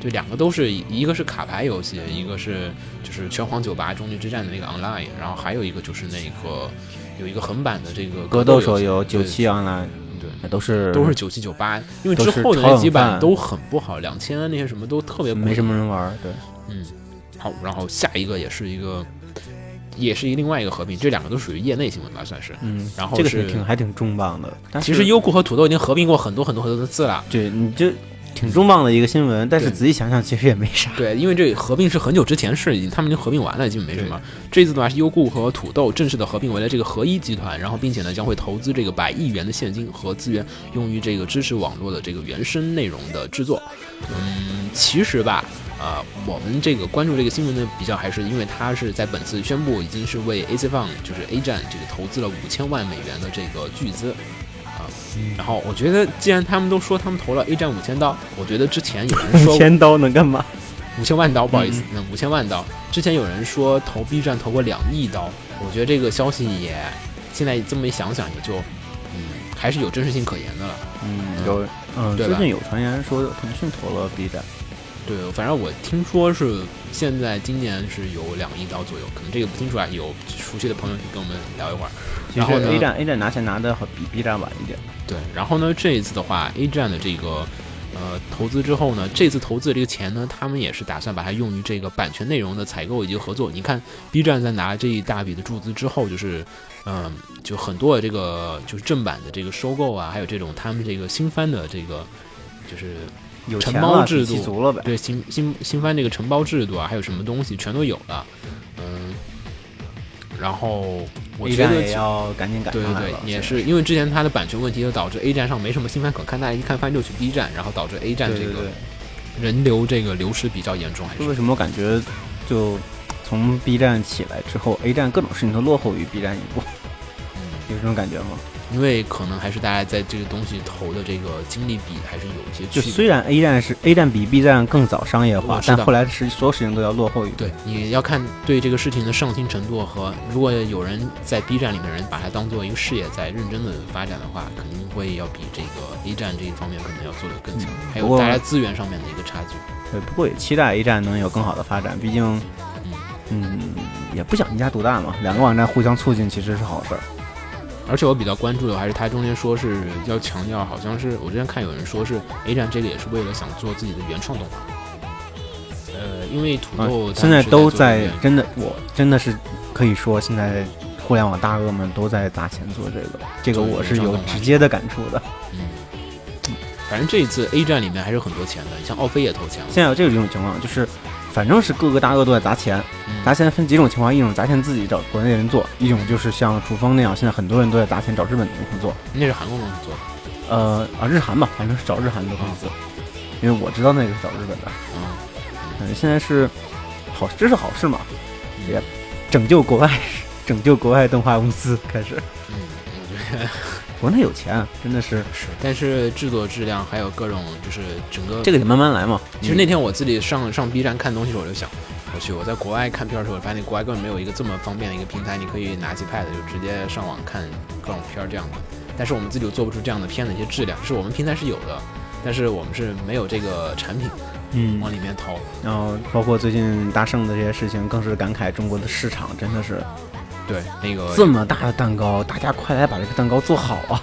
就两个都是一个是卡牌游戏，一个是就是拳皇九八终极之战的那个 online，然后还有一个就是那个有一个横版的这个格斗斗手游对九七 online 对。都是都是九七九八，因为都之是后的炒那冷几版饭都很不好，两千啊那些什么都特别不没什么。么人玩儿。对，嗯，好，然后下一个也是一个，也是一另外一个合并，这两个都属于业内新闻吧，算是。嗯，然后这个是是挺还挺重磅的。但其是实优酷和土豆已经合并过很多很多很多次了。啊对，你就挺重磅的一个新闻，但是对仔细想想，其实也没啥。对，因为这合并是很久之前事，已经他们已经合并完了，基本没什么。这次的话是优酷和土豆正式的合并为了这个合一集团，然后并且呢将会投资这个百亿元的现金和资源，用于这个支持网络的这个原生内容的制作。嗯，其实吧，啊、我们这个关注这个新闻呢，比较还是因为它是在本次宣布已经是为 AC Fun 就是 A 站这个投资了五千万美元的这个巨资。啊，然后我觉得，既然他们都说他们投了 A 站五千刀，我觉得之前有 [LAUGHS] 人说过千刀能干嘛？五千嗯万刀，不好意思，那五千万刀。之前有人说投 B 站投过两亿刀，我觉得这个消息也现在这么一想想也就，嗯，还是有真实性可言的了。嗯，有，嗯，对最吧近有传言说腾讯投了 B 站，对，反正我听说是现在今年是有两亿刀左右，可能这个不清楚啊，有熟悉的朋友可以跟我们聊一会儿。其然实后呢 A 站 A 站拿钱拿的比 B 站晚一点。对，然后呢，这一次的话，A 站的这个呃投资之后呢，这次投资的这个钱呢，他们也是打算把它用于这个版权内容的采购以及合作。你看，B 站在拿这一大笔的注资之后，就是嗯、就很多的这个就是正版的这个收购啊，还有这种他们这个新番的这个就是有承钱包了，制底气度足了呗。对新新新番这个承包制度啊，还有什么东西全都有了，嗯。然后我 A 觉站得也要赶紧赶对上对来对了，，也现在是因为之前它的版权问题，就导致 A 站上没什么新番可看，大家一看番就去 B 站，然后导致 A 站对这对个对。人流这个流失比较严重，还为是什么我感觉就从 B 站起来之后，A 站各种事情都落后于 B 站一步？这种感觉吗？因为可能还是大家在这个东西投的这个精力比还是有一些就区别。虽然 A 站是 A 站比 B 站更早商业我化，知道但后来是所有事情都要落后于。对，你要看对这个事情的上心程度和，如果有人在 B 站里面人把它当做一个事业在认真的发展的话，肯定会要比这个 A 站这一方面可能要做得更强，还嗯不有过大家资源上面的一个差距。对，不过也期待 A 站能有更好的发展，毕竟，嗯，也不想一家独大嘛，两个网站互相促进其实是好事儿。而且我比较关注的还是他中间说是要强调，好像是我之前看有人说是 A 站这个也是为了想做自己的原创动画。呃，因为土啊豆、现在都在在真的，我真的是可以说，现在互联网大鳄们都在砸钱做这个，这个做我原是创有动画直接的感触的。反正这一次 A 站里面还是有很多钱的，你像奥飞也投钱了，现在有这种情况，就是反正是各个大鳄都在砸钱，嗯砸钱分几种情况，一种砸钱自己找国内人做，一种就是像楚风那样，现在很多人都在砸钱找日本的公司做，那是韩国公司做的。呃啊日韩吧，反正是找日韩的公司，因为我知道那个是找日本的。嗯，嗯，现在是好，这是好事嘛，也拯救国外，拯救国外动画公司开始。嗯，我觉得 [LAUGHS] 国内有钱，真的是是，但是制作质量还有各种就是整个这个得慢慢来嘛。其实那天我自己上上 B 站看东西的时候，我就想，我去，我在国外看片儿的时候，我发现国外根本没有一个这么方便的一个平台，你可以拿起 Pad 就直接上网看各种片儿这样的。但是我们自己又做不出这样的片的一些质量，是我们平台是有的，但是我们是没有这个产品嗯往里面掏。然后包括最近大圣的这些事情，更是感慨中国的市场真的是对，那个这么大的蛋糕，大家快来把这个蛋糕做好啊！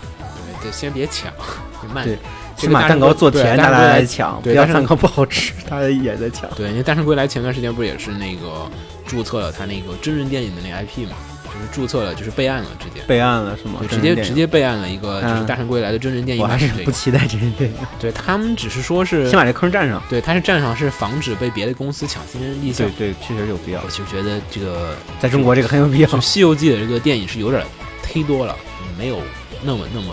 对对，先别抢， [LAUGHS] 就慢对点。这先个把大蛋圣糕哥做对甜，大大圣家哥来来抢，不对要大圣蛋糕不好吃，大家也在抢。对，因为《大圣归来》前段时间不是也是那个注册了他那个真人电影的那个 IP 嘛，就是注册了，就是备案了，直接。备案了是吗就？直哦真接人电直影，接备案了一个，就是《嗯大圣归来》的真人电影我还版是是这不个。期待这些电影，对他们只是说是先，把这坑占上。对，他是站上是防止被别的公司抢先立项对。对，确实有必要我，就觉得这个在中国这个很有必要就。《西游记》的这个电影是有点忒多了，没有那么那么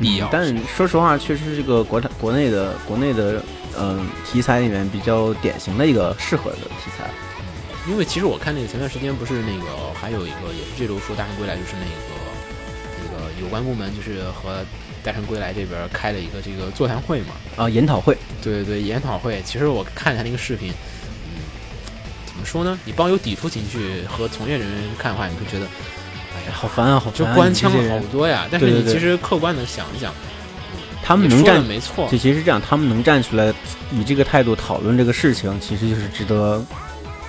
必要。嗯但说实话，确实这个国产国内的国内的嗯、题材里面比较典型的一个适合的题材。因为其实我看那个前段时间不是那个还有一个也是这周说《大圣归来》，就是那个那个有关部门就是和《大圣归来》这边开了一个这个座谈会嘛。啊、研讨会，对对对，研讨会。其实我看他那个视频，嗯，怎么说呢？你抱有抵触情绪和从业人员看的话，你会觉得，哎呀，好烦啊，好就烦啊！官你这腔些好人多呀。但是对你对对其实客观的想一想，他们你能说的站，没错就。其实这样，他们能站出来以这个态度讨论这个事情，其实就是值得，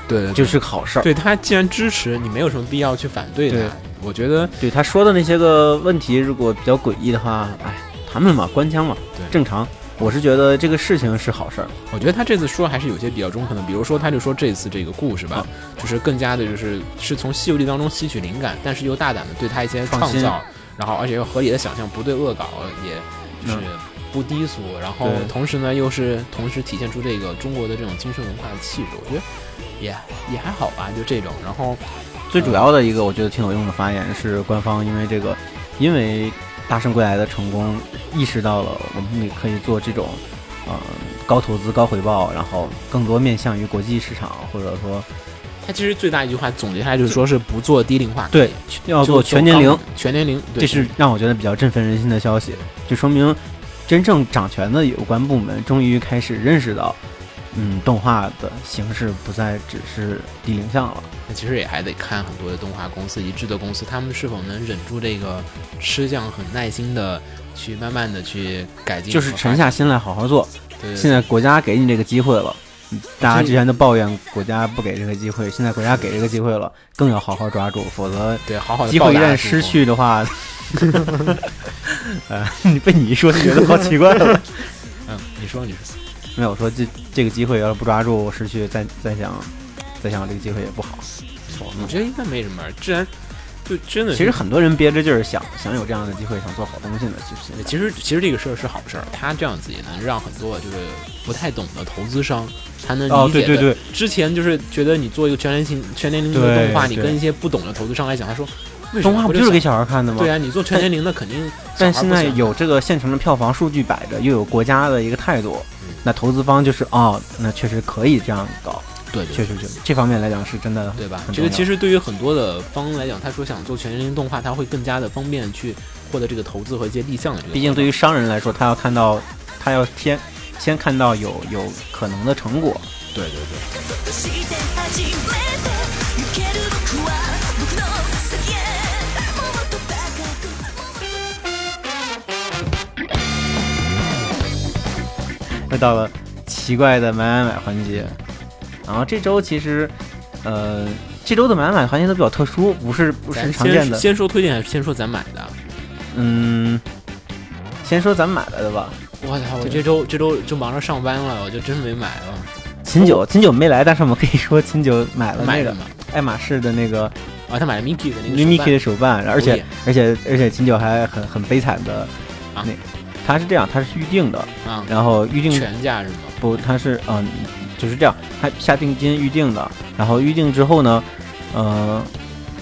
对就就是是个好事儿。对他既然支持，你没有什么必要去反对对他。我觉得对他说的那些个问题，如果比较诡异的话，哎，他们嘛，官腔嘛，对正常。我是觉得这个事情是好事儿，我觉得他这次说还是有些比较中肯的，比如说他就说这次这个故事嗯吧，就是更加的就是是从《西游记》当中吸取灵感，但是又大胆的对他一些创创新造，然后而且又合理的想象，不对恶搞，也就是嗯不低俗，然后对同时呢又是同时体现出这个中国的这种精神文化的气质，我觉得也也还好吧，就这种。然后最主要的一个我觉得挺有用的发言是，官方因为这个，因为《大圣归来》的成功，意识到了我们也可以做这种，呃，高投资高回报，然后更多面向于国际市场，或者说他其实最大一句话总结下来就是说是不做低龄化，对要做就全年龄刚，全年龄，对这是让我觉得比较振奋人心的消息，就说明真正掌权的有关部门终于开始认识到，嗯，动画的形式不再只是低龄向了。那其实也还得看很多的动画公司以及制作公司，他们是否能忍住这个吃相，很耐心的去慢慢的去改进和就发展，是沉下心来好好做。对。现在国家给你这个机会了，嗯大家之前都抱怨国家不给这个机会，现在国家给这个机会了，更要好好抓住，否则对，好好的机会一旦失，去 [LAUGHS] 的话， [LAUGHS] 呃， [LAUGHS] 你被你一说就觉得好奇怪了。嗯，你说你说，没有，我说这这个机会要是不抓住失去，再再想再想这个机会也不好。我觉得应该没什么，自然就真的是其实很多人憋着劲儿想想有这样的机会，想做好东西呢，其实现在其实其实这个事儿是好事儿，他这样子也能让很多就是不太懂的投资商，他能哦理解的。对对对，之前就是觉得你做一个全年龄全年龄的对动画，你对跟一些不懂的投资商来讲，他说为什么动画不我就是给想小孩看的吗？对啊，你做全年龄的肯定小孩但不现在想有这个现成的票房数据嗯摆着，又有国家的一个态度，那投资方就是哦，那确实可以这样搞。对对确实确实，这方面来讲是真的很重对要，吧？这个其实对于很多的方来讲，他说想做全身心动画，他会更加的方便去获得这个投资和一些立项的这个。毕竟对于商人来说，他要看到，他要先先看到有有可能的成果，对对对。して初めて行ける僕は僕の先へもっと高く又到了奇怪的买买买环节。然后这周其实，呃，这周的买买买环节都比较特殊，不是不是咱很常见先的。先说推荐还是先说咱买的？嗯，先说咱买来的吧。我哎操！我这周这周就忙着上班了，我就真没买了。秦九，秦九没来，但是我们可以说秦九买了买呃那了个嘛？爱马仕的那个啊，他买了 Mickey 的那个 Mimiki 手办的手办，而哦且而且而且秦九还很很悲惨的，啊那他是这样，他是预定的，嗯啊，然后预定全价是吗？不，他是嗯、就是这样，他下定金预定的，然后预定之后呢，呃，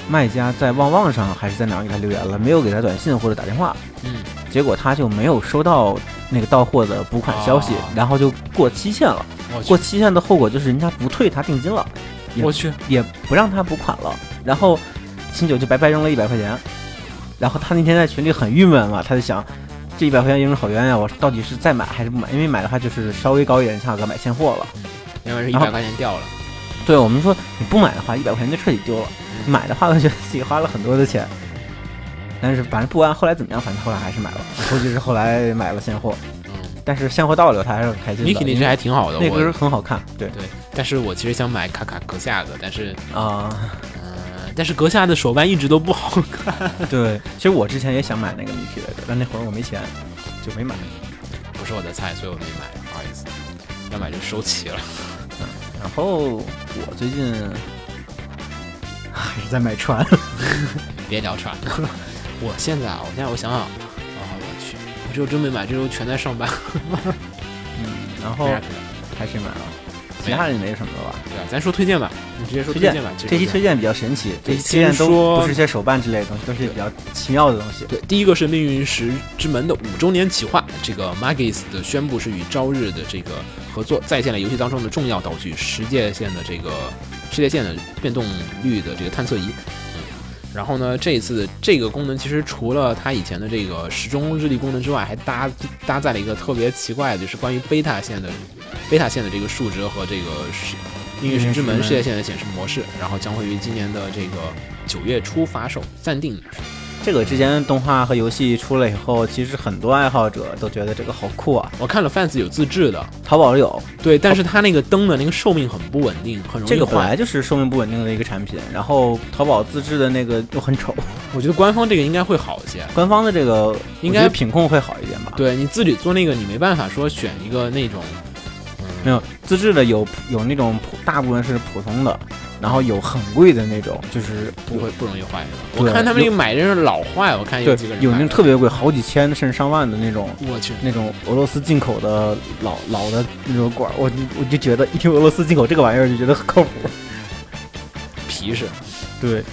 卖家在旺旺上还是在哪儿给他留言了，没有给他短信或者打电话，嗯，结果他就没有收到那个到货的补款消息，哦然后就过期限了。我去过，期限的后果就是人家不退他定金了，也我去，也不让他补款了，然后秦九就白白扔了一百块钱。然后他那天在群里很郁闷嘛，他就想，这一百块钱扔得好冤啊呀、我到底是再买还是不买？因为买的话就是稍微高一点价格买现货了。原本是一然后百块钱掉了。对我们说，你不买的话，一百块钱就彻底丢了；嗯买的话，就觉得自己花了很多的钱。但是反正不管后来怎么样，反正后来还是买了。估计是后来买了现货，嗯但是现货到了，他还是很开心的。 ，Mickey 那只还挺好的，那歌我很好看，对对，但是我其实想买卡卡阁下的，但是啊、嗯，但是阁下的手办一直都不好看。 [LAUGHS] 对。其实我之前也想买那个 Mickey 来着，但那会儿我没钱，就没买。不是我的菜，所以我没买，不好意思。要买就收齐了。然后我最 [LAUGHS] 近还是在买船，别聊船 [LAUGHS] 了。我现在啊，我现在我想想，啊、我去，我这周真没买，这周全在上班。然后没啥推荐还是买了，其他人没什么了吧？对啊，咱说推荐吧，你直接说推推荐荐吧。这期推荐荐比较神奇，对这期推荐先说都不是些手办之类的东西，都是一些比较奇妙的东西。对，第一个是《命运石之门》的五周年企划，这个 Magis 的宣布是与朝日的这个合作，再现了游戏当中的重要道具——世界线的这个世界线的变动率的这个探测仪。嗯，然后呢，这一次的这个功能其实除了它以前的这个时钟日历功能之外，还搭搭载了一个特别奇怪的，就是关于贝塔线的贝塔线的这个数值和这个是命运石之门世界线的显示模式，然后将会于今年的这个九月初发售，暂定这个之前动画和游戏出了以后，其实很多爱好者都觉得这个好酷啊，我看了 fans 有自制的，淘宝有。对，但是它那个灯的那个寿命很不稳定，很容易这个本来坏。就是寿命不稳定的一个产品，然后淘宝自制的那个又很丑，我觉得官方这个应该会好一些。官方的这个应该我觉得品控会好一点吧？，对你自己做那个，你没办法说选一个那种，没有自制的有有那种普，大部分是普通的，然后有很贵的那种，就是不会不容易坏的。对我看他们那个买的人老坏，我看对有几个人有那买种的特别贵，好几千甚至上万的那种我去，那种俄罗斯进口的老老的那种管儿，我就我就觉得一听俄罗斯进口这个玩意儿就觉得很靠谱。皮实。对，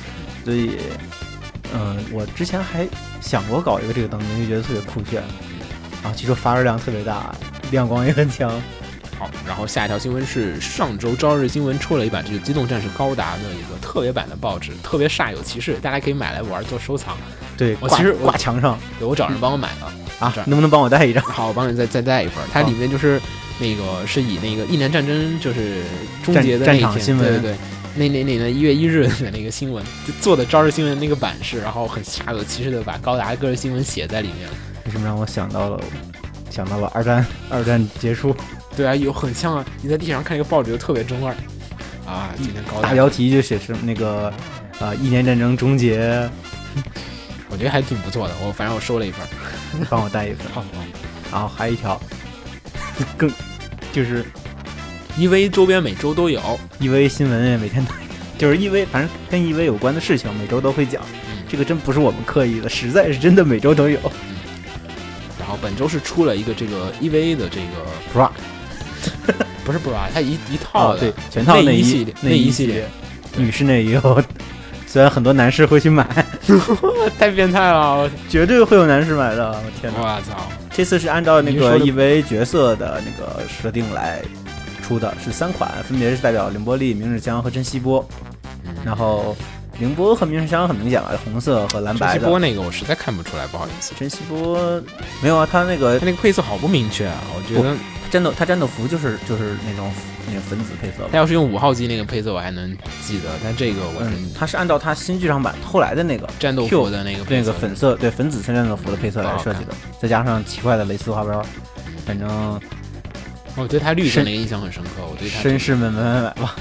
所以，嗯、我之前还想过搞一个这个灯，因为觉得特别酷炫，然后据说发热量特别大，亮光也很强。好，然后下一条新闻是上周朝日新闻出了一版这个《机动战士高达》的一个特别版的报纸，特别煞有其事，大家可以买来玩做收藏。对，我挂其实我挂墙上对我找人帮我买了。啊这儿，能不能帮我带一张？好，我帮你再再带一份儿。它里面就是那个是以那个印南战争就是终结的那战一战场天新闻对对对，那那那那一月一日的那个新闻就做的朝日新闻那个版式，然后很煞有其事的把高达个人新闻写在里面。为什么让我想到了想到了二战二战结束对啊，有很像啊，你在地铁上看一个报纸就特别中二啊。今天高达嗯大，标题就写是那个呃一年战争终结，我觉得还挺不错的。我反正我收了一份儿。帮我带一份。好，然后还有一条更就是，EV E 周边每周都有。 EV 新闻也每天都， [LAUGHS] 就是 EV，反正跟 EV 有关的事情每周都会讲。这个真不是我们刻意的，实在是真的每周都有。然后本周是出了一个这个 EVA 的这个 Bra 哦不是 bra，它一一套的、啊对，全套内内衣衣系列内衣衣系列列，女士内衣哦。 [LAUGHS] 虽然很多男士会去买，太变态了！绝对会有男士买的。我天哪！ [LAUGHS] 我操，这次是按照那 E 您说个的 EV 角色的那个设定来出的，是三款，分别是代表凌波丽、明日香和真希波。嗯然后凌波和明日香很明显了，红色和蓝陈白希的。波那个我实在看不出来，不好意思。真希波没有啊，他那个他那个配色好不明确啊！我觉得战斗他战斗服就是就是那种那个粉紫配色吧他。要是用五号机那个配色，我还能记得，但这个我嗯真，它是按照它新剧场版后来的那个战斗 Q 服的那个配那色哦个粉色对粉紫色战斗服的配色来设计不的，再加上奇怪的蕾丝花边儿，嗯反正我对他绿色绅那个印象很深刻。我对他绅士们买买买吧。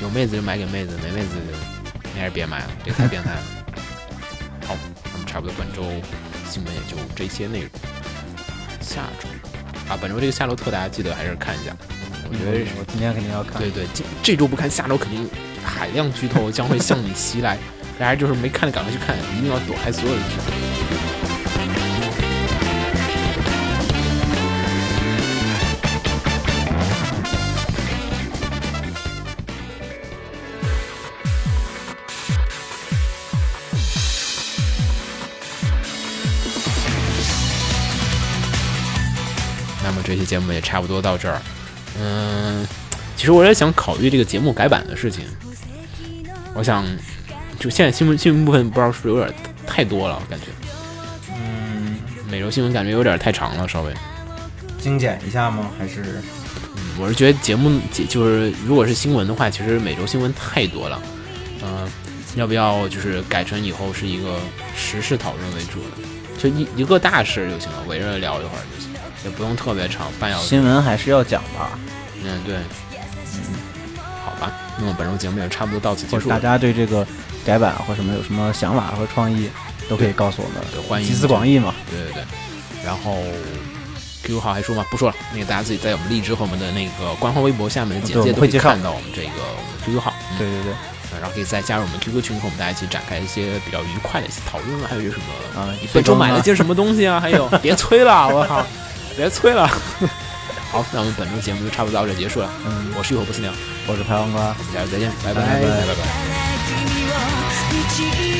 有妹子就买给妹子，没妹子就你还是别买了，这个太变 [LAUGHS] 态了。好，那么差不多本周新闻也就这些内容。下周啊，本周这个夏洛特大家记得还是看一下，我觉得是我今天肯定要看。对对，这这周不看，下周肯定海量剧透将会向你袭来。 [LAUGHS] 大家就是没看的赶快去看，一定要躲开所有的剧透。那么这期节目也差不多到这儿，嗯，其实我也想考虑这个节目改版的事情。我想，就现在新闻新闻部分不知道是不是有点太多了，我感觉，嗯，每周新闻感觉有点太长了，稍微。精简一下吗？还是我是觉得节目节就是如果是新闻的话，其实每周新闻太多了，嗯、要不要就是改成以后是一个时事讨论为主的，就一一个大事就行了，围着聊一会儿就行，也不用特别长，半小时。新闻还是要讲吧？嗯，对，嗯，好吧，那么本周节目也差不多到此结或者束大了。家对这个改版或什么有什么想法和创意，都可以告诉我们对欢迎集思广益嘛。对对对，然后 QQ 号还说吗？不说了，那个大家自己在我们荔枝和我们的那个官方微博下面的简啊介对我们都可会以介绍看到我们这个我们 QQ 号。嗯对对对，呃然后可以再加入我们 QQ 群，和我们大家一起展开一些比较愉快的一些讨论，还有一些什么啊你本周买了最终些什么东西啊？还 [LAUGHS] 有，别催了，我靠，别催了。 [LAUGHS] 好，那我们本周节目就差不多到这结束了。嗯，我是雨火不死鸟，我是排啊王瓜。大家再见，拜拜拜拜拜。君を導く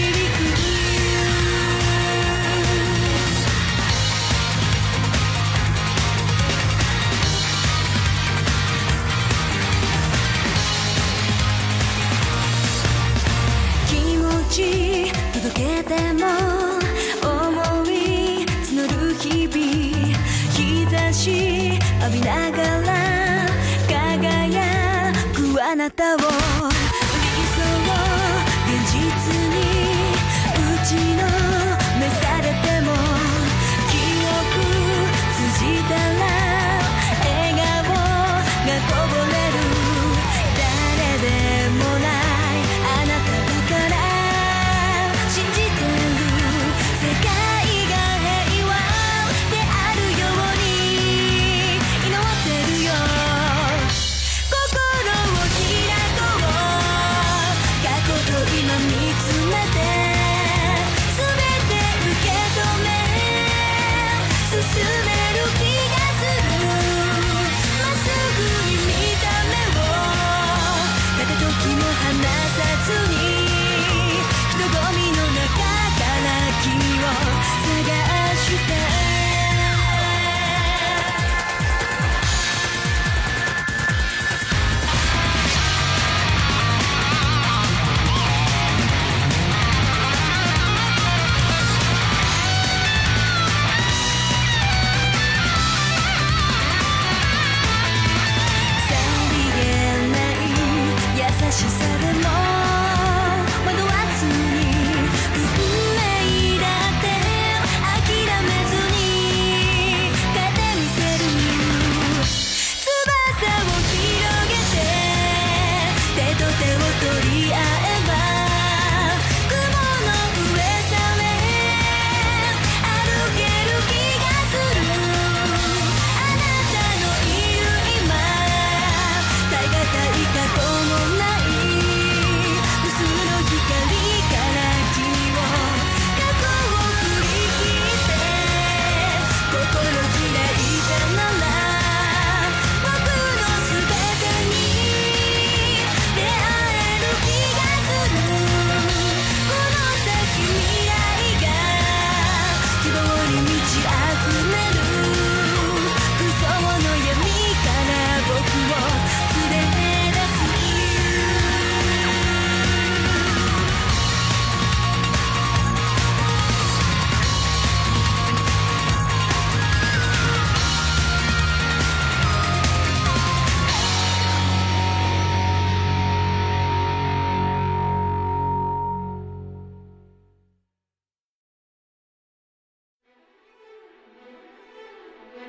気持ち届けても思い募る日々日差し浴びながら輝くあなたを理想を現実に打ちのめされても記憶通じたら笑顔がこぼれる誰でもないあなただから信じてる世界が平和であるように祈ってるよ心を開こう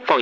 放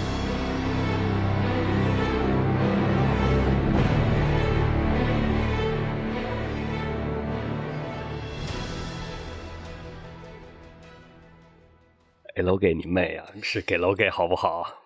给楼给你妹啊，是给楼给好不好？